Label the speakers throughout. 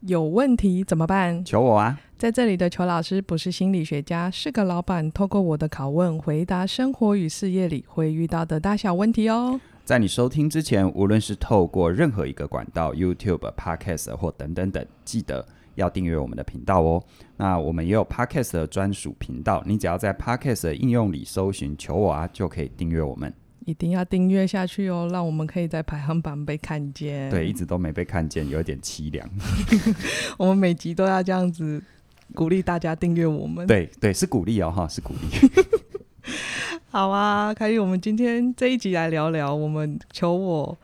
Speaker 1: 有问题怎么办？
Speaker 2: 求我啊！
Speaker 1: 在这里的裘老师不是心理学家，是个老板。透过我的拷问，回答生活与事业里会遇到的大小问题哦。
Speaker 2: 在你收听之前，无论是透过任何一个管道，YouTube、Podcast 或等等等，记得要订阅我们的频道哦。那我们也有 Podcast 的专属频道，你只要在 Podcast 的应用里搜寻“求我啊”，就可以订阅我们。
Speaker 1: 一定要订阅下去哦，让我们可以在排行榜被看见。
Speaker 2: 对，一直都没被看见，有点凄凉。
Speaker 1: 嗯我们每集都要这样子鼓励大家订阅我们。
Speaker 2: 对对，是鼓励哦，哈，是鼓励。
Speaker 1: 好啊，凯宇，我们今天这一集来聊聊我们求我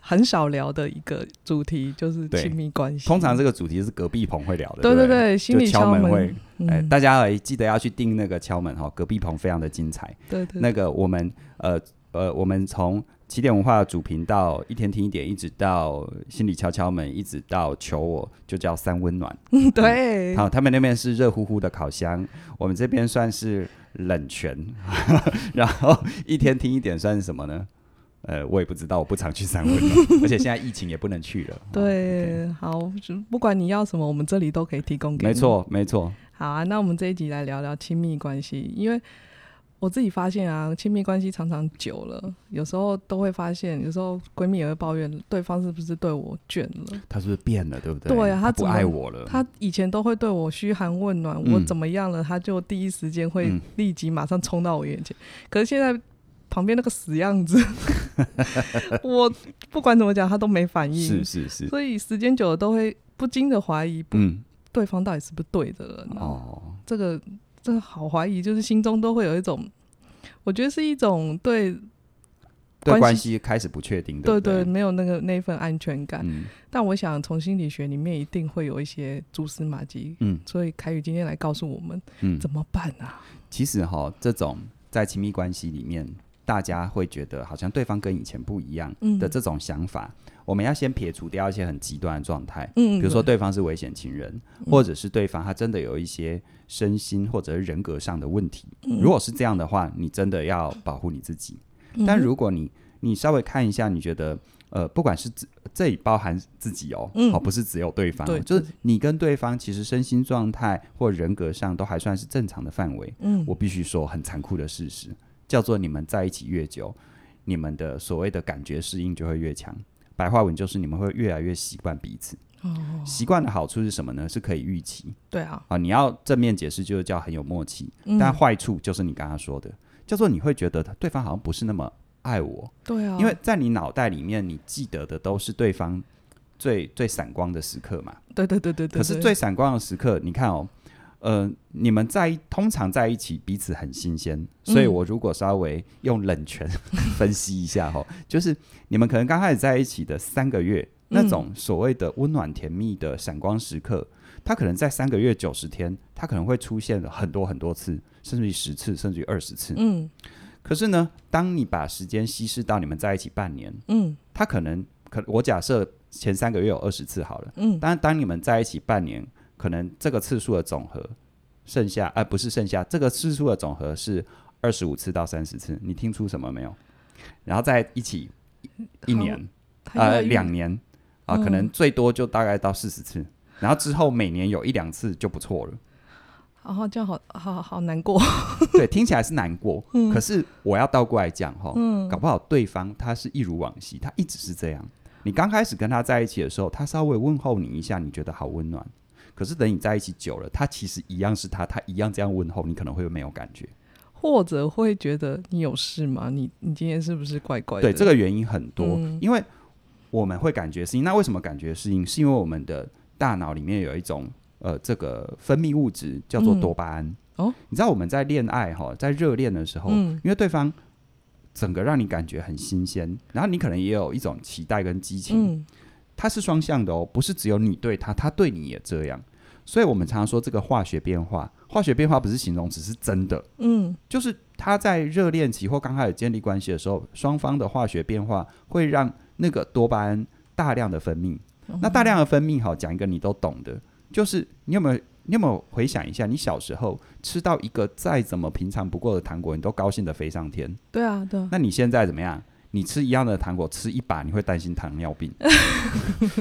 Speaker 1: 很少聊的一个主题，就是
Speaker 2: 对
Speaker 1: 亲密关系。
Speaker 2: 通常这个主题是隔壁棚会聊的，
Speaker 1: 对对
Speaker 2: 对不
Speaker 1: 对，心理
Speaker 2: 就敲
Speaker 1: 门
Speaker 2: 门会。
Speaker 1: 嗯
Speaker 2: 哎，大家哎记得要去订那个敲门哈、隔壁棚非常的精彩。
Speaker 1: 对对
Speaker 2: 那个我们呃呃，我们从起点文化的主频道一天听一点，一直到心里敲敲门，一直到求我，就叫三温暖。
Speaker 1: 对对，
Speaker 2: 好，他们那边是热乎乎的烤箱，我们这边算是 冷泉。然后一天听一点算是什么呢？呃，我也不知道，我不常去三温 暖，而且现在疫情也不能去了。哦，OK
Speaker 1: 对，好，就不管你要什么，我们这里都可以提供给你。
Speaker 2: 没。错，没错，
Speaker 1: 好啊，那我们这一集来聊聊亲密关系，因为我自己发现啊，亲密关系常常久了，有时候都会发现，有时候闺蜜也会抱怨对方是不是对我倦了。
Speaker 2: 他是不是变了，对不对？
Speaker 1: 对啊他
Speaker 2: 不
Speaker 1: 怎么
Speaker 2: 爱我了。
Speaker 1: 她以前都会对我嘘寒问暖，
Speaker 2: 嗯
Speaker 1: 我怎么样了，她就第一时间会
Speaker 2: 嗯
Speaker 1: 立即马上冲到我眼前。可是现在旁边那个死样 子，我不管怎么讲，她都没反应。
Speaker 2: 是是是，
Speaker 1: 所以时间久了都会不禁的怀疑
Speaker 2: 嗯，
Speaker 1: 对方到底是不是对的人、啊。
Speaker 2: 哦，
Speaker 1: 这个这个好怀疑，就是心中都会有一种，我觉得是一种对
Speaker 2: 对关
Speaker 1: 关
Speaker 2: 系开始不确定，
Speaker 1: 对
Speaker 2: 不
Speaker 1: 对没有那个那份安全感。
Speaker 2: 嗯
Speaker 1: 但我想从心理学里面一定会有一些蛛丝马迹，
Speaker 2: 嗯
Speaker 1: 所以凯宇今天来告诉我们
Speaker 2: 嗯，
Speaker 1: 怎么办啊？
Speaker 2: 其实哈，这种在亲密关系里面，大家会觉得好像对方跟以前不一样
Speaker 1: 嗯
Speaker 2: 的这种想法，我们要先撇除掉一些很极端的状态，
Speaker 1: 嗯，
Speaker 2: 比如说对方是危险情人，或者是对方他真的有一些身心或者是人格上的问题。如果是这样的话，你真的要保护你自己。
Speaker 1: 嗯，
Speaker 2: 但如果你你稍微看一下，你觉得呃，不管是自这里包含自己哦，
Speaker 1: 嗯
Speaker 2: 好，不是只有对方哦，
Speaker 1: 对
Speaker 2: 就是
Speaker 1: 自己
Speaker 2: 你跟对方其实身心状态或人格上都还算是正常的范围。
Speaker 1: 嗯，
Speaker 2: 我必须说很残酷的事实，叫做你们在一起越久，你们的所谓的感觉适应就会越强。白话文就是你们会越来越习惯彼此。
Speaker 1: 哦，
Speaker 2: 习惯的好处是什么呢？是可以预期
Speaker 1: 对啊，
Speaker 2: 啊。你要正面解释就是叫很有默契，
Speaker 1: 嗯
Speaker 2: 但坏处就是你刚刚说的，叫做你会觉得对方好像不是那么爱我，
Speaker 1: 对啊，
Speaker 2: 因为在你脑袋里面，你记得的都是对方最最闪光的时刻嘛。
Speaker 1: 对对对对对，
Speaker 2: 可是
Speaker 1: 对
Speaker 2: 最闪光的时刻，你看哦，呃，你们在一通常在一起彼此很新鲜，所以
Speaker 1: 嗯
Speaker 2: 我如果稍微用冷泉分析一 下哦，就是你们可能刚开始在一起的三个月，那种所谓的温暖甜蜜的闪光时刻，它可能在三个月九十天，它可能会出现很多很多次，甚至于十次，甚至于二十次。
Speaker 1: 嗯
Speaker 2: 可是呢，当你把时间稀释到你们在一起半年，
Speaker 1: 嗯
Speaker 2: 他可能可我假设前三个月有二十次好了，
Speaker 1: 嗯
Speaker 2: 当然当你们在一起半年，可能这个次数的总和剩下，呃，不是剩下，这个次数的总和是二十五次到三十次，你听出什么没有？然后在一起一一年，
Speaker 1: 他
Speaker 2: 呃，
Speaker 1: 越来越
Speaker 2: 两年啊、可能
Speaker 1: 嗯
Speaker 2: 最多就大概到四十次，然后之后每年有一两次就不错了。
Speaker 1: 哦，这样好好好难过，
Speaker 2: 对，听起来是难过，可是我要倒过来讲哈，搞不好对方他是一如往昔，他一直是这样。你刚开始跟他在一起的时候，他稍微问候你一下，你觉得好温暖。可是等你在一起久了，他其实一样是他，他一样这样问候，你可能会没有感觉。
Speaker 1: 或者会觉得你有事吗？你你今天是不是怪怪的？
Speaker 2: 对，这个原因很多，
Speaker 1: 嗯
Speaker 2: 因为我们会感觉适应。那为什么感觉适应？是因为我们的大脑里面有一种呃，这个分泌物质叫做
Speaker 1: 嗯
Speaker 2: 多巴胺。
Speaker 1: 哦，
Speaker 2: 你知道我们在恋爱哈，在热恋的时候，
Speaker 1: 嗯
Speaker 2: 因为对方整个让你感觉很新鲜，然后你可能也有一种期待跟激情，
Speaker 1: 嗯
Speaker 2: 它是双向的哦，不是只有你对他，他对你也这样。所以我们常常说这个化学变化，化学变化不是形容词，是真的。
Speaker 1: 嗯
Speaker 2: 就是他在热恋期或刚开始建立关系的时候，双方的化学变化会让那个多巴胺大量的分泌。
Speaker 1: 哦嗯
Speaker 2: 那大量的分泌，好讲一个你都懂的，就是你有没有你有没有回想一下，你小时候吃到一个再怎么平常不过的糖果，你都高兴的飞上天。
Speaker 1: 对啊对啊，
Speaker 2: 那你现在怎么样？你吃一样的糖果，吃一把你会担心 糖尿病。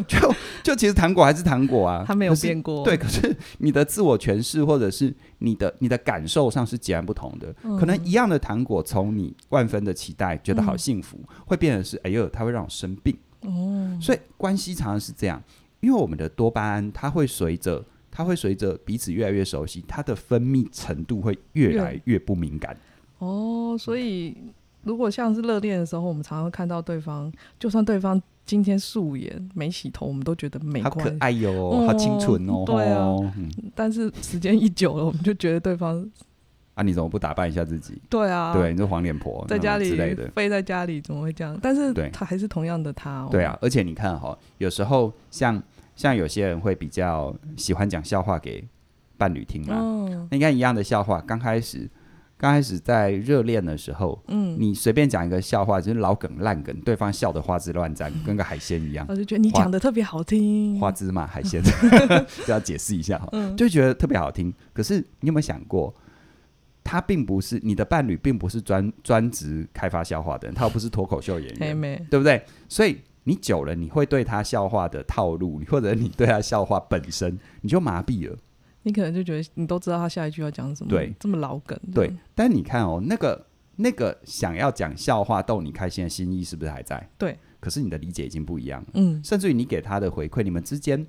Speaker 2: 就就其实糖果还是糖果啊，
Speaker 1: 他没有
Speaker 2: 可是
Speaker 1: 变过，
Speaker 2: 对，可是你的自我诠释或者是你的你的感受上是截然不同的。
Speaker 1: 嗯
Speaker 2: 可能一样的糖果，从你万分的期待，觉得好幸福，
Speaker 1: 嗯
Speaker 2: 会变成是哎呦，它会让我生病。哦，所以关系常常是这样，因为我们的多巴胺它会随着它会随着彼此越来越熟悉，它的分泌程度会越来越不敏感。
Speaker 1: 哦，所以如果像是热恋的时候，我们常常会看到对方，就算对方今天素颜没洗头，我们都觉得没
Speaker 2: 好
Speaker 1: 关
Speaker 2: 可
Speaker 1: 系。
Speaker 2: 爱哟、
Speaker 1: 嗯
Speaker 2: 好清纯哦。
Speaker 1: 对啊
Speaker 2: 哦嗯
Speaker 1: 但是时间一久了，我们就觉得对方
Speaker 2: 啊，你怎么不打扮一下自己？
Speaker 1: 对啊，
Speaker 2: 对，，你这黄脸婆，
Speaker 1: 在
Speaker 2: 嗯
Speaker 1: 家
Speaker 2: 之
Speaker 1: 里
Speaker 2: 类的。
Speaker 1: 飞在家里怎么会这样？但是
Speaker 2: 对
Speaker 1: 他还是同样的他、哦。
Speaker 2: 对，啊，而且你看哈、有时候像像有些人会比较喜欢讲笑话给伴侣听嘛。
Speaker 1: 嗯
Speaker 2: 那你看一样的笑话，刚开始刚开始在热恋的时候，
Speaker 1: 嗯，
Speaker 2: 你随便讲一个笑话，就是老梗烂梗，对方笑得花枝乱颤，跟个海鲜一样。
Speaker 1: 我就觉得你
Speaker 2: 花
Speaker 1: 讲的特别好听。
Speaker 2: 花枝嘛，海鲜， 这要解释一下哈、
Speaker 1: 嗯
Speaker 2: 就觉得特别好听。可是你有没有想过，他并不是你的伴侣，并不是专专职开发笑话的人，他又不是脱口秀演
Speaker 1: 黑
Speaker 2: 员，
Speaker 1: 妹，
Speaker 2: 对不对？所以你久了，你会对他笑话的套路，你或者你对他笑话本身，你就麻痹了。
Speaker 1: 你可能就觉得你都知道他下一句要讲什么，
Speaker 2: 对，
Speaker 1: 这么老梗。
Speaker 2: 对，但你看哦，那个那个想要讲笑话逗你开心的心意是不是还在？
Speaker 1: 对。
Speaker 2: 可是你的理解已经不一样了，
Speaker 1: 嗯，
Speaker 2: 甚至于你给他的回馈，你们之间，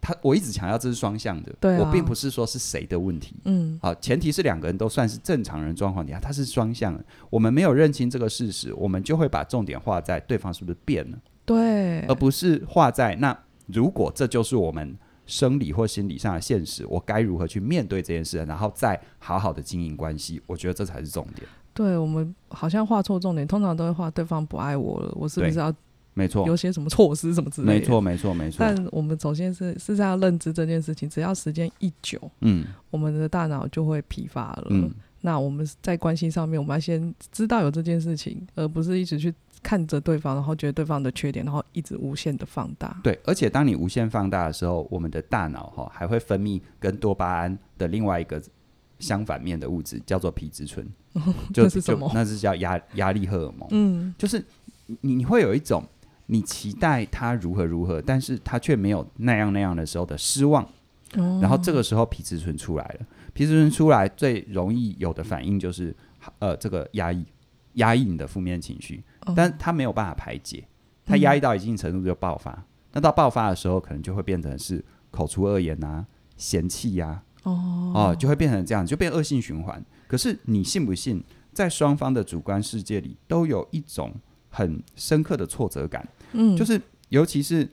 Speaker 2: 他我一直强调这是双向的，
Speaker 1: 对啊
Speaker 2: 我并不是说是谁的问题。
Speaker 1: 嗯
Speaker 2: 好，前提是两个人都算是正常人状况底下，他是双向的。我们没有认清这个事实，我们就会把重点画在对方是不是变了。
Speaker 1: 对，
Speaker 2: 而不是画在那。如果这就是我们生理或心理上的现实，我该如何去面对这件事，然后再好好的经营关系？我觉得这才是重点。
Speaker 1: 对我们好像画错重点，通常都会画对方不爱我了，我是不
Speaker 2: 对
Speaker 1: 是要
Speaker 2: 没错
Speaker 1: 有，些什么措施什么之类的？
Speaker 2: 没错，没错，没错。
Speaker 1: 但我们首先是是要认知这件事情，只要时间一久，
Speaker 2: 嗯
Speaker 1: 我们的大脑就会疲乏了。
Speaker 2: 嗯，
Speaker 1: 那我们在关系上面，我们要先知道有这件事情，而不是一直去看着对方，然后觉得对方的缺点，然后一直无限的放大。
Speaker 2: 对。而且当你无限放大的时候，我们的大脑哈、还会分泌跟多巴胺的另外一个相反面的物质，叫做皮 质醇，就
Speaker 1: 这是什
Speaker 2: 就
Speaker 1: 么
Speaker 2: 那是叫压压力荷尔蒙。
Speaker 1: 嗯，
Speaker 2: 就是你你会有一种你期待他如何如何，但是他却没有那样那样的时候的失望。
Speaker 1: 哦
Speaker 2: 然后这个时候皮质醇出来了，皮质醇出来最容易有的反应就是呃这个压抑，压抑你的负面情绪，
Speaker 1: 哦
Speaker 2: 但他没有办法排解，他压抑到一定程度就爆发。那到爆发的时候，可能就会变成是口出恶言啊、嫌弃呀、
Speaker 1: 哦
Speaker 2: 哦，就会变成这样，就变恶性循环。可是你信不信，在双方的主观世界里，都有一种很深刻的挫折感，
Speaker 1: 嗯，
Speaker 2: 就是尤其是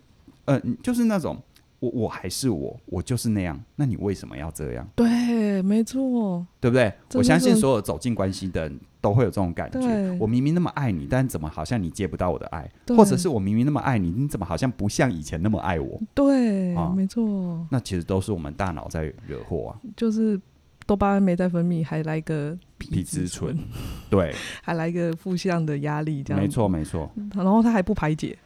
Speaker 2: 呃，就是那种我我还是我，我就是那样，那你为什么要这样？
Speaker 1: 对，没错，
Speaker 2: 对不对？
Speaker 1: 真的
Speaker 2: 我相信
Speaker 1: 是
Speaker 2: 所有走进关系的人都会有这种感觉
Speaker 1: 对。
Speaker 2: 我明明那么爱你，但怎么好像你接不到我的爱，
Speaker 1: 对
Speaker 2: 或者是我明明那么爱你，你怎么好像不像以前那么爱我？
Speaker 1: 对，
Speaker 2: 啊
Speaker 1: 没错，
Speaker 2: 那其实都是我们大脑在惹祸啊，
Speaker 1: 就是多巴胺没在分泌，还来个
Speaker 2: 皮质醇，对，
Speaker 1: 还来个负向的压力， 这样
Speaker 2: 没错，没错。
Speaker 1: 然后他还不排解，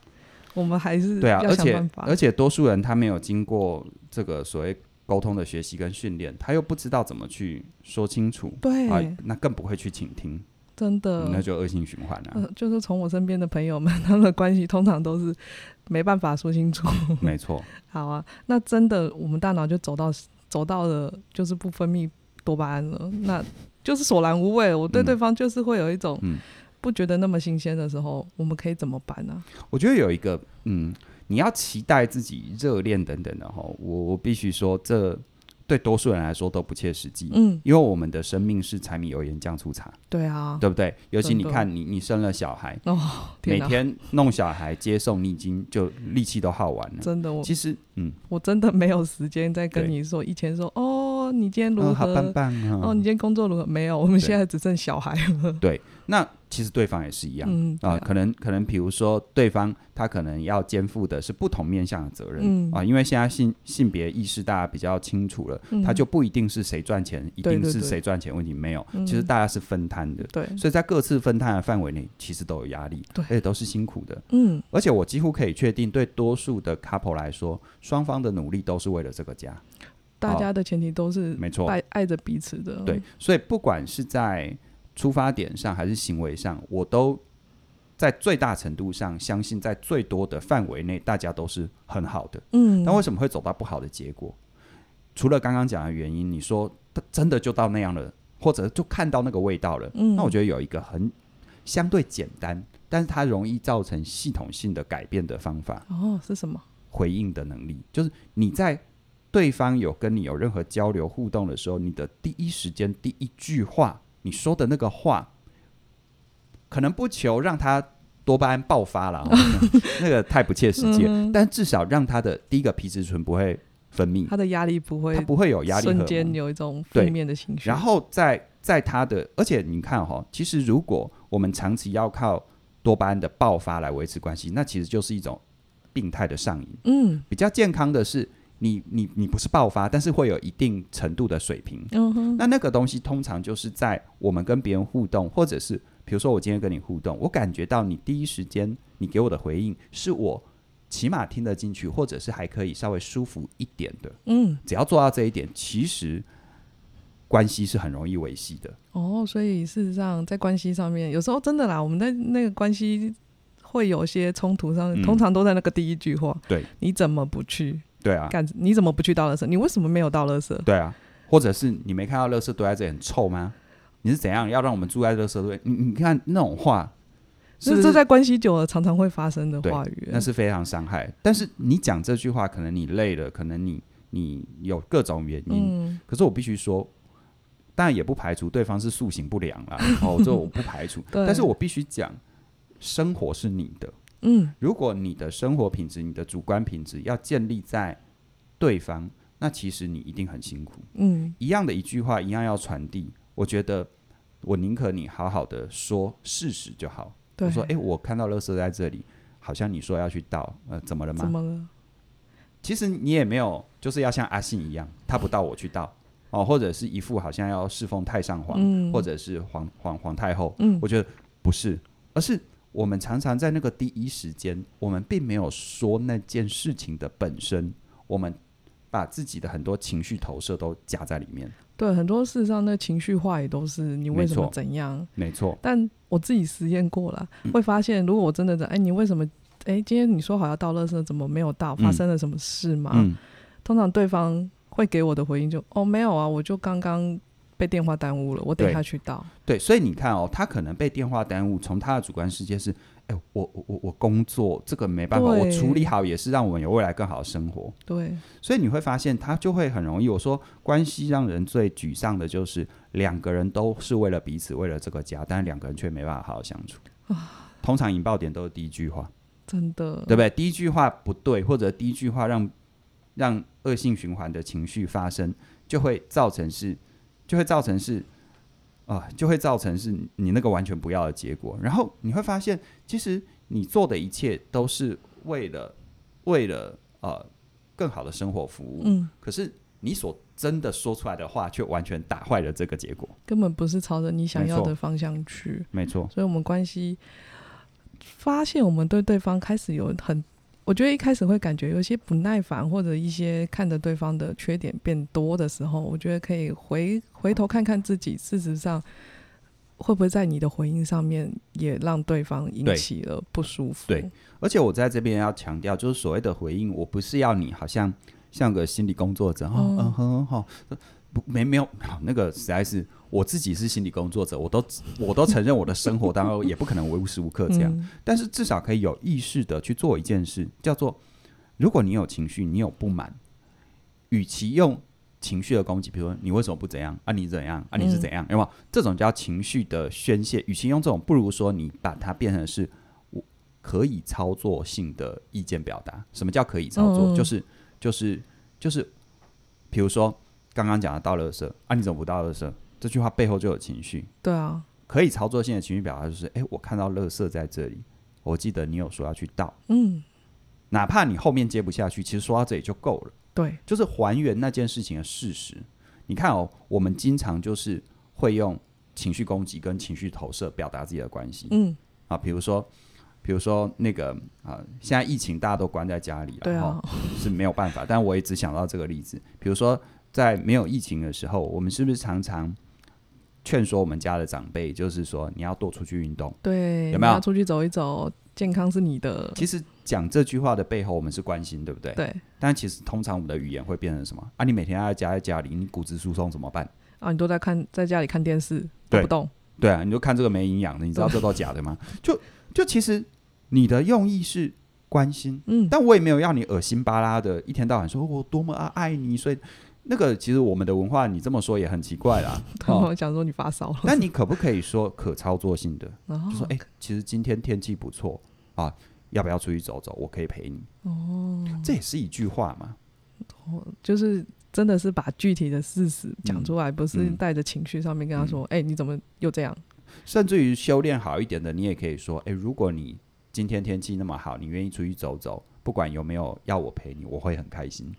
Speaker 1: 我们还是
Speaker 2: 对啊，
Speaker 1: 嗯要
Speaker 2: 而
Speaker 1: 想
Speaker 2: 且
Speaker 1: 办法
Speaker 2: 而且多数人他没有经过这个所谓沟通的学习跟训练，他又不知道怎么去说清楚，
Speaker 1: 对、呃
Speaker 2: 啊，那更不会去倾听，
Speaker 1: 真的
Speaker 2: 嗯那就恶性循环啊了、
Speaker 1: 呃，就是从我身边的朋友们，他们的关系通常都是没办法说清楚。
Speaker 2: 没错，
Speaker 1: 好啊，那真的我们大脑就走到走到了，就是不分泌多巴胺了，那就是索然无味。我对
Speaker 2: 嗯
Speaker 1: 对方就是会有一种
Speaker 2: 嗯
Speaker 1: 不觉得那么新鲜的时候，我们可以怎么办啊呢、
Speaker 2: 我觉得有一个嗯，你要期待自己热恋等等的哈，我我必须说，这对多数人来说都不切实际。
Speaker 1: 嗯，
Speaker 2: 因为我们的生命是柴米油盐酱醋茶，
Speaker 1: 对啊，
Speaker 2: 对不对？尤其
Speaker 1: 真
Speaker 2: 你
Speaker 1: 的
Speaker 2: 看你，你生了小孩，
Speaker 1: 哦，天
Speaker 2: 每
Speaker 1: 哪，
Speaker 2: 天弄小孩接送，你已经就力气都耗完了。
Speaker 1: 真的我
Speaker 2: 其实，嗯，
Speaker 1: 我真的没有时间再跟
Speaker 2: 对
Speaker 1: 你说，以前说哦，你今天如
Speaker 2: 嗯，
Speaker 1: 何？
Speaker 2: 好棒棒啊！
Speaker 1: 哦，你今天工作如何？没有，我们
Speaker 2: 对
Speaker 1: 现在只剩小孩了。
Speaker 2: 那其实对方也是一样、
Speaker 1: 嗯
Speaker 2: 啊，
Speaker 1: 对
Speaker 2: 可能可能比如说对方他可能要肩负的是不同面向的责任、
Speaker 1: 嗯
Speaker 2: 啊，因为现在性性别意识大家比较清楚了，
Speaker 1: 嗯
Speaker 2: 他就不一定是谁赚钱，一
Speaker 1: 对
Speaker 2: 定
Speaker 1: 对
Speaker 2: 是
Speaker 1: 对
Speaker 2: 谁赚钱问题没有，
Speaker 1: 嗯
Speaker 2: 其实大家是分摊的。
Speaker 1: 对，
Speaker 2: 所以在各自分摊的范围内，其实都有压力，
Speaker 1: 嗯对
Speaker 2: 而且都是辛苦的。
Speaker 1: 嗯，
Speaker 2: 而且我几乎可以确定，对多数的 couple 来说，双方的努力都是为了这个家。
Speaker 1: 大
Speaker 2: 好
Speaker 1: 家的前提都是
Speaker 2: 哦没错
Speaker 1: 爱爱着彼此的。
Speaker 2: 对，，所以不管是在出发点上还是行为上，我都在最大程度上相信，在最多的范围内，大家都是很好的。
Speaker 1: 嗯，
Speaker 2: 但为什么会走到不好的结果？除了刚刚讲的原因，你说他真的就到那样了，或者就看到那个味道了，
Speaker 1: 嗯
Speaker 2: 那我觉得有一个很相对简单，但是它容易造成系统性的改变的方法，
Speaker 1: 哦是什么？
Speaker 2: 回应的能力，就是你在对方有跟你有任何交流互动的时候，你的第一时间第一句话，你说的那个话，可能不求让他多巴胺爆发 了、哦那个太不切实际了，
Speaker 1: 嗯哼
Speaker 2: 但至少让他的第一个皮质醇不会分泌，
Speaker 1: 他的压力不会
Speaker 2: 嗯他不会有压力荷
Speaker 1: 瞬
Speaker 2: 尔
Speaker 1: 间
Speaker 2: 蒙
Speaker 1: 有一种
Speaker 2: 对
Speaker 1: 负面的情绪，
Speaker 2: 然后在在他的，而且你看哈、其实如果我们长期要靠多巴胺的爆发来维持关系，那其实就是一种病态的上瘾。
Speaker 1: 嗯
Speaker 2: 比较健康的是，你你你不是爆发，但是会有一定程度的水平。
Speaker 1: 嗯哼，
Speaker 2: 那那个东西通常就是在我们跟别人互动，或者是比如说我今天跟你互动，我感觉到你第一时间你给我的回应是我起码听得进去，或者是还可以稍微舒服一点的。
Speaker 1: 嗯
Speaker 2: 只要做到这一点，其实关系是很容易维系的。
Speaker 1: 哦，所以事实上在关系上面，有时候真的啦，我们在那个关系会有些冲突上，
Speaker 2: 嗯
Speaker 1: 通常都在那个第一句话，
Speaker 2: 对，
Speaker 1: 你怎么不去
Speaker 2: 对啊，
Speaker 1: 干？你怎么不去倒垃圾？你为什么没有倒垃圾？
Speaker 2: 对啊，或者是你没看到垃圾堆在这里很臭吗？你是怎样要让我们住在垃圾堆？你你看那种话，是
Speaker 1: 这
Speaker 2: 不
Speaker 1: 这
Speaker 2: 是
Speaker 1: 在关系久了常常会发生的
Speaker 2: 对
Speaker 1: 话语，
Speaker 2: 那是非常伤害。但是你讲这句话，可能你累了，可能你你有各种原因。
Speaker 1: 嗯
Speaker 2: 可是我必须说，当然也不排除对方是塑形不良 啦，哦，这我不排除。
Speaker 1: 对
Speaker 2: 但是我必须讲，生活是你的，
Speaker 1: 嗯
Speaker 2: 如果你的生活品质、你的主观品质要建立在对方，那其实你一定很辛苦。
Speaker 1: 嗯
Speaker 2: 一样的一句话，一样要传递。我觉得，我宁可你好好的说事实就好。
Speaker 1: 对
Speaker 2: 我说，诶，哎我看到垃圾在这里，好像你说要去倒，呃，怎么了
Speaker 1: 怎
Speaker 2: 吗？
Speaker 1: 么了？
Speaker 2: 其实你也没有，就是要像阿信一样，他不倒我去倒，哦，或者是一副好像要侍奉太上皇，
Speaker 1: 嗯
Speaker 2: 或者是皇皇皇太后，
Speaker 1: 嗯
Speaker 2: 我觉得不是，而是我们常常在那个第一时间，我们并没有说那件事情的本身，我们把自己的很多情绪投射都加在里面。
Speaker 1: 对，很多事实上那情绪化也都是你为什
Speaker 2: 没
Speaker 1: 么
Speaker 2: 错
Speaker 1: 怎样，
Speaker 2: 没错，
Speaker 1: 但我自己实验过了，
Speaker 2: 嗯
Speaker 1: 会发现，如果我真的在，哎、你为什么，哎、今天你说好要倒垃圾，怎么没有倒？
Speaker 2: 嗯
Speaker 1: 发生了什么事吗？
Speaker 2: 嗯，
Speaker 1: 通常对方会给我的回应就，哦，没有啊，我就刚刚被电话耽误了，我等一下去倒。
Speaker 2: 对，所以你看哦，他可能被电话耽误，从他的主观世界是，哎、我我我我工作这个没办法，
Speaker 1: 对
Speaker 2: 我处理好也是让我们有未来更好的生活。
Speaker 1: 对，
Speaker 2: 所以你会发现，他就会很容易。我说，关系让人最沮丧的就是两个人都是为了彼此，为了这个家，但两个人却没办法好好相处。通常引爆点都是第一句话，
Speaker 1: 真的，
Speaker 2: 对不对？第一句话不对，或者第一句话让让恶性循环的情绪发生，就会造成是，就会造成是，啊、就会造成是你那个完全不要的结果。然后你会发现，其实你做的一切都是为了为了呃更好的生活服务，
Speaker 1: 嗯，
Speaker 2: 可是你所真的说出来的话，却完全打坏了这个结果。
Speaker 1: 根本不是朝着你想要
Speaker 2: 没错
Speaker 1: 的方向去，
Speaker 2: 没错，
Speaker 1: 所以我们关系发现我们对对方开始有很。我觉得一开始会感觉有些不耐烦，或者一些看着对方的缺点变多的时候，我觉得可以回回头看看自己，事实上会不会在你的回应上面也让对方引
Speaker 2: 对
Speaker 1: 起了不舒服？
Speaker 2: 对，而且我在这边要强调，就是所谓的回应，我不是要你好像像个心理工作者，哦，
Speaker 1: 嗯
Speaker 2: 嗯哼，好、不没没有、好那个实在是我自己是心理工作者，我都我都承认我的生活当中也不可能无时无刻这样，
Speaker 1: 嗯
Speaker 2: 但是至少可以有意识的去做一件事，叫做如果你有情绪，你有不满，与其用情绪的攻击，比如说你为什么不怎样啊，你怎样啊，你是怎样，
Speaker 1: 嗯
Speaker 2: 有没有这种叫情绪的宣泄？与其用这种，不如说你把它变成是我可以操作性的意见表达。什么叫可以操作？
Speaker 1: 嗯嗯
Speaker 2: 就是就是就是，比如说刚刚讲的倒垃圾啊，你怎么不倒垃圾？这句话背后就有情绪，
Speaker 1: 对啊，
Speaker 2: 可以操作性的情绪表达就是，诶，我看到垃圾在这里，我记得你有说要去倒，
Speaker 1: 嗯，
Speaker 2: 哪怕你后面接不下去，其实说到这里就够了，
Speaker 1: 对，
Speaker 2: 就是还原那件事情的事实。你看哦，我们经常就是会用情绪攻击跟情绪投射表达自己的关系、
Speaker 1: 嗯，
Speaker 2: 啊，比如说，比如说那个啊，现在疫情大家都关在家里了，
Speaker 1: 对
Speaker 2: 哦
Speaker 1: 啊，
Speaker 2: 是没有办法。但我也只想到这个例子，比如说在没有疫情的时候，我们是不是常常劝说我们家的长辈，就是说你要多出去运动。
Speaker 1: 对，
Speaker 2: 有没有
Speaker 1: 你要出去走一走？健康是你的，
Speaker 2: 其实讲这句话的背后，我们是关心，对不对？。
Speaker 1: 对
Speaker 2: 但其实通常我们的语言会变成什么？啊，你每天要宅在家里，你骨质疏松怎么办？
Speaker 1: 啊，你都在看，在家里看电视，
Speaker 2: 对
Speaker 1: 动不动，
Speaker 2: 对啊，你就看这个没营养的，你知道这都假 的吗？就就其实你的用意是关心，
Speaker 1: 嗯，
Speaker 2: 但我也没有要你恶心巴拉的，一天到晚说我多么啊爱你，所以那个其实我们的文化你这么说也很奇 怪啦。哦
Speaker 1: 我想说你发烧了，
Speaker 2: 但你可不可以说可操作性的，
Speaker 1: 然后
Speaker 2: 就说哎、其实今天天气不错啊，要不要出去走走？我可以陪你。
Speaker 1: 哦，
Speaker 2: 这也是一句话嘛。
Speaker 1: 就是真的是把具体的事实讲出来，不是
Speaker 2: 嗯
Speaker 1: 带着情绪上面跟他说，哎、你怎么又这样？
Speaker 2: 甚至于修炼好一点的，你也可以说，诶，如果你今天天气那么好，你愿意出去走走，不管有没有要我陪你，我会很开心，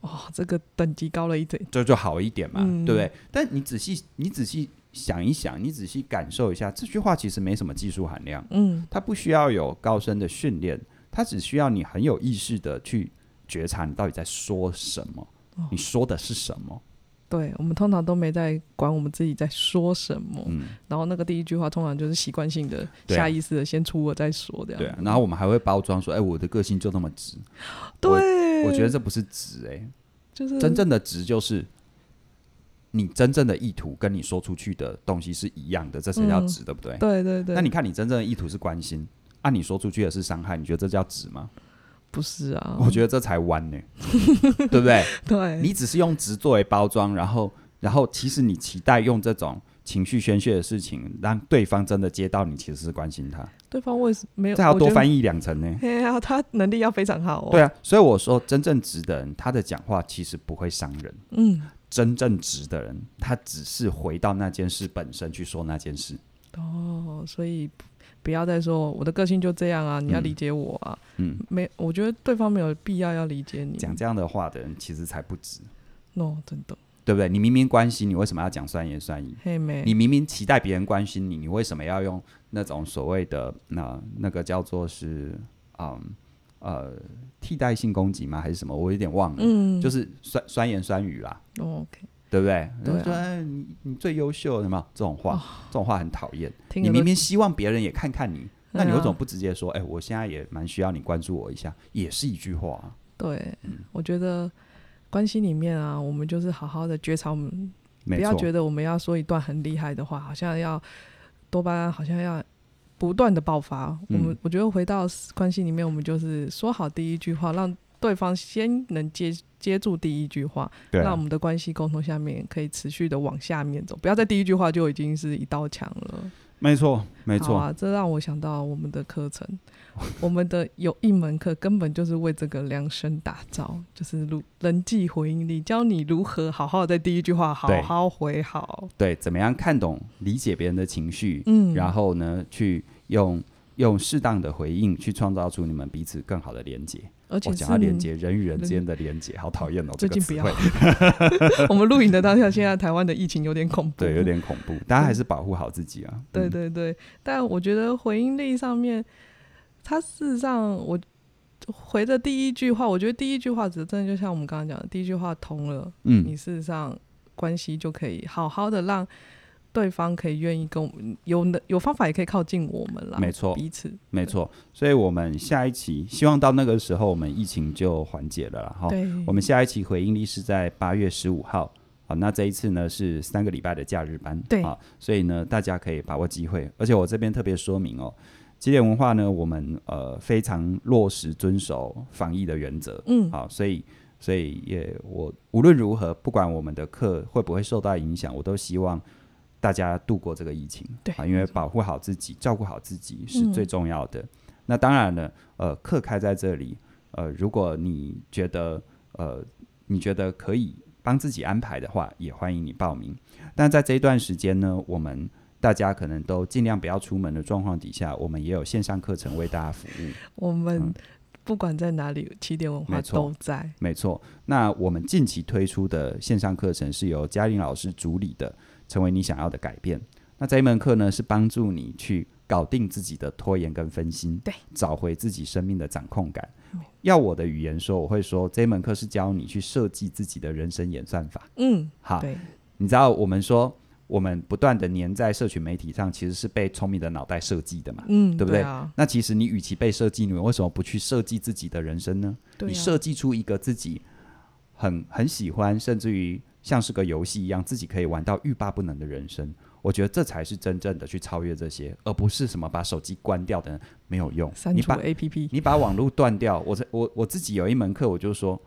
Speaker 1: 哦，这个等级高了一点，
Speaker 2: 这就好一点嘛，
Speaker 1: 嗯
Speaker 2: 对不对？但你仔细，你仔细想一想，你仔细感受一下，这句话其实没什么技术含量，
Speaker 1: 嗯
Speaker 2: 它不需要有高深的训练，它只需要你很有意识的去觉察你到底在说什么，
Speaker 1: 哦
Speaker 2: 你说的是什么，
Speaker 1: 对，我们通常都没在管我们自己在说什么，
Speaker 2: 嗯。
Speaker 1: 然后那个第一句话通常就是习惯性的、
Speaker 2: 对啊
Speaker 1: 下意识的先出我再说这样。
Speaker 2: 对啊，然后我们还会包装说，哎、我的个性就那么直，
Speaker 1: 对，
Speaker 2: 我觉得这不是直、诶。
Speaker 1: 就是
Speaker 2: 真正的值就是你真正的意图跟你说出去的东西是一样的，这才叫值，对不嗯对？
Speaker 1: 对对对，
Speaker 2: 那你看你真正的意图是关心，按、你说出去的是伤害，你觉得这叫值吗？
Speaker 1: 不是啊？
Speaker 2: 我觉得这才弯呢、 对嗯不对？
Speaker 1: 对，
Speaker 2: 你只是用值作为包装，然后然后其实你期待用这种。情绪宣泄的事情，让对方真的接到你，其实是关心他，
Speaker 1: 对方为什没有？
Speaker 2: 这还要多
Speaker 1: 译。
Speaker 2: 翻译两层呢。
Speaker 1: 哎呀，他能力要非常好哦。
Speaker 2: 对啊，所以我说，真正值的人，他的讲话其实不会伤人。
Speaker 1: 嗯，
Speaker 2: 真正值的人，他只是回到那件事本身去说那件事。
Speaker 1: 哦，所以不不要再说我的个性就这样啊，你要
Speaker 2: 嗯
Speaker 1: 理解我啊。
Speaker 2: 嗯，
Speaker 1: 没，我觉得对方没有必要要理解你。
Speaker 2: 讲这样的话的人，其实才不值，
Speaker 1: no，真的，
Speaker 2: 对不对？你明明关心，你为什么要讲酸言酸语？
Speaker 1: 嘿妹，
Speaker 2: 你明明期待别人关心你，你为什么要用那种所谓的那那个叫做是嗯呃替代性攻击吗？还是什么？我有点忘了，
Speaker 1: 嗯，哦
Speaker 2: 就是是酸酸言酸语啦，
Speaker 1: OK，
Speaker 2: 对不对？
Speaker 1: 对啊
Speaker 2: 然后说、哎、你你最优秀，什么这种话，
Speaker 1: 哦
Speaker 2: 这种话很讨厌。
Speaker 1: 听
Speaker 2: 你
Speaker 1: 着
Speaker 2: 明
Speaker 1: 都
Speaker 2: 明希望别人也看看你，
Speaker 1: 对
Speaker 2: 那
Speaker 1: 啊
Speaker 2: 你为什么不直接说？哎、我现在也蛮需要你关注我一下，也是一句话、啊。
Speaker 1: 对，我觉得关系里面啊，我们就是好好的觉察我们
Speaker 2: 没
Speaker 1: 不要
Speaker 2: 错，
Speaker 1: 觉得我们要说一段很厉害的话，好像要多巴胺好像要不断的爆发。我们
Speaker 2: 嗯
Speaker 1: 我觉得回到关系里面，我们就是说好第一句话，让对方先能接接住第一句话，
Speaker 2: 对
Speaker 1: 让我
Speaker 2: 啊，
Speaker 1: 们的关系沟通下面可以持续的往下面走，不要在第一句话就已经是一道墙了。
Speaker 2: 没错，没
Speaker 1: 好
Speaker 2: 错，
Speaker 1: 啊，这让我想到我们的课程， 我们的有一门课根本就是为这个量身打造，就是如人际回应力，教你如何好好在第一句话好
Speaker 2: 对
Speaker 1: 好回好。
Speaker 2: 对，怎么样看懂、理解别人的情绪，
Speaker 1: 嗯，
Speaker 2: 然后呢，去用用适当的回应，去创造出你们彼此更好的连接。
Speaker 1: 而且
Speaker 2: 我
Speaker 1: 是
Speaker 2: 讲到连接，人与人之间的连接，好讨厌哦，
Speaker 1: 最
Speaker 2: 这个
Speaker 1: 近
Speaker 2: 词
Speaker 1: 不要
Speaker 2: 汇，
Speaker 1: 我们录影的当下，现在台湾的疫情有点恐怖。
Speaker 2: 对，有点恐怖。大家还是保护好自己啊。
Speaker 1: 对
Speaker 2: 嗯，
Speaker 1: 对对，但我觉得回应力上面，它事实上我回的第一句话，我觉得第一句话只真的就像我们刚刚讲的，第一句话通了，你
Speaker 2: 嗯，
Speaker 1: 事实上关系就可以好好的让对方可以愿意跟我们有能有方法也可以靠近我们啦，
Speaker 2: 没错，
Speaker 1: 彼此
Speaker 2: 没错。所以我们下一期，希望到那个时候，我们疫情就缓解了啦。哈。
Speaker 1: 对，
Speaker 2: 我们下一期回应力是在八月十五号。好，那这一次呢是三个礼拜的假日班，
Speaker 1: 对
Speaker 2: 啊，所以呢大家可以把握机会。而且我这边特别说明哦，起点文化呢，我们呃非常落实遵守防疫的原则，
Speaker 1: 嗯
Speaker 2: 好，所以所以也我无论如何，不管我们的课会不会受到影响，我都希望大家度过这个疫情，
Speaker 1: 对
Speaker 2: 啊，因为保护好自己、照顾好自己是
Speaker 1: 嗯
Speaker 2: 最重要的。那当然了，呃，课开在这里，呃，如果你觉得呃你觉得可以帮自己安排的话，也欢迎你报名。但在这一段时间呢，我们。大家可能都尽量不要出门的状况底下，我们也有线上课程为大家服务。
Speaker 1: 我们
Speaker 2: 嗯
Speaker 1: 不管在哪里，起点文化
Speaker 2: 没错
Speaker 1: 都在，
Speaker 2: 没错，那我们近期推出的线上课程是由嘉玲老师主理的，成为你想要的改变。那这一门课呢，是帮助你去搞定自己的拖延跟分心，
Speaker 1: 对，
Speaker 2: 找回自己生命的掌控感
Speaker 1: 嗯。
Speaker 2: 要我的语言说，我会说这一门课是教你去设计自己的人生演算法。
Speaker 1: 嗯，
Speaker 2: 好，
Speaker 1: 对，
Speaker 2: 你知道我们说我们不断的粘在社群媒体上，其实是被聪明的脑袋设计的嘛。
Speaker 1: 嗯，
Speaker 2: 对不
Speaker 1: 对
Speaker 2: 对
Speaker 1: 啊？
Speaker 2: 那其实你与其被设计，你为什么不去设计自己的人生呢？
Speaker 1: 对啊
Speaker 2: 你设计出一个自己很很喜欢，甚至于像是个游戏一样，自己可以玩到欲罢不能的人生。我觉得这才是真正的去超越这些，而不是什么把手机关掉的没有用。
Speaker 1: 删
Speaker 2: 你
Speaker 1: 除
Speaker 2: 把
Speaker 1: A P P，
Speaker 2: 你把网络断掉，我在我我自己有一门课，我就说，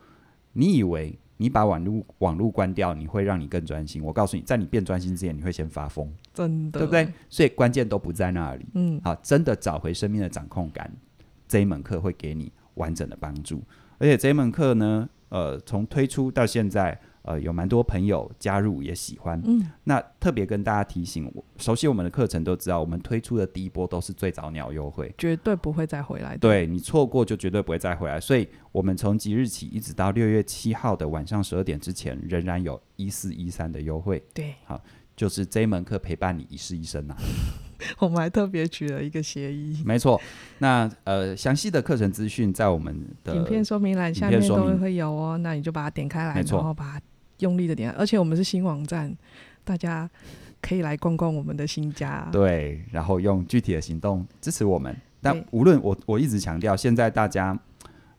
Speaker 2: 你以为你把网络网络关掉，你会让你更专心？我告诉你，在你变专心之前，你会先发疯，
Speaker 1: 真的
Speaker 2: 对不对？？所以关键都不在那里。
Speaker 1: 嗯，
Speaker 2: 好，真的找回生命的掌控感，这一门课会给你完整的帮助。而且这一门课呢，呃，从推出到现在，呃，有蛮多朋友加入也喜欢。
Speaker 1: 嗯，
Speaker 2: 那特别跟大家提醒，我熟悉我们的课程都知道，我们推出的第一波都是最早鸟优惠。
Speaker 1: 绝对不会再回来的。
Speaker 2: 对你错过就绝对不会再回来，所以我们从即日起一直到六月七号的晚上十二点之前，仍然有一四一三的优惠，
Speaker 1: 对，
Speaker 2: 就是这一门课陪伴你一世一生啊呐、
Speaker 1: 我们还特别取了一个协议。
Speaker 2: 没错，那呃，详细的课程资讯在我们的
Speaker 1: 影片说明栏下
Speaker 2: 影
Speaker 1: 面
Speaker 2: 片说
Speaker 1: 都
Speaker 2: 明
Speaker 1: 会有哦，那你就把它点开来，
Speaker 2: 没错
Speaker 1: 然后把它用力的点开，而且我们是新网站，大家可以来逛逛我们的新家。
Speaker 2: 对，然后用具体的行动支持我们。但
Speaker 1: 对
Speaker 2: 无论我我一直强调，现在大家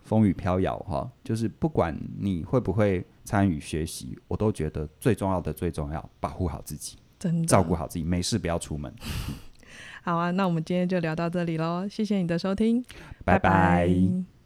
Speaker 2: 风雨飘摇哈，就是不管你会不会参与学习，我都觉得最重要的最重要，保护好自己，
Speaker 1: 真的
Speaker 2: 照顾好自己，没事不要出门。
Speaker 1: 好啊，那我们今天就聊到这里喽，谢谢你的收听，
Speaker 2: 拜拜
Speaker 1: 拜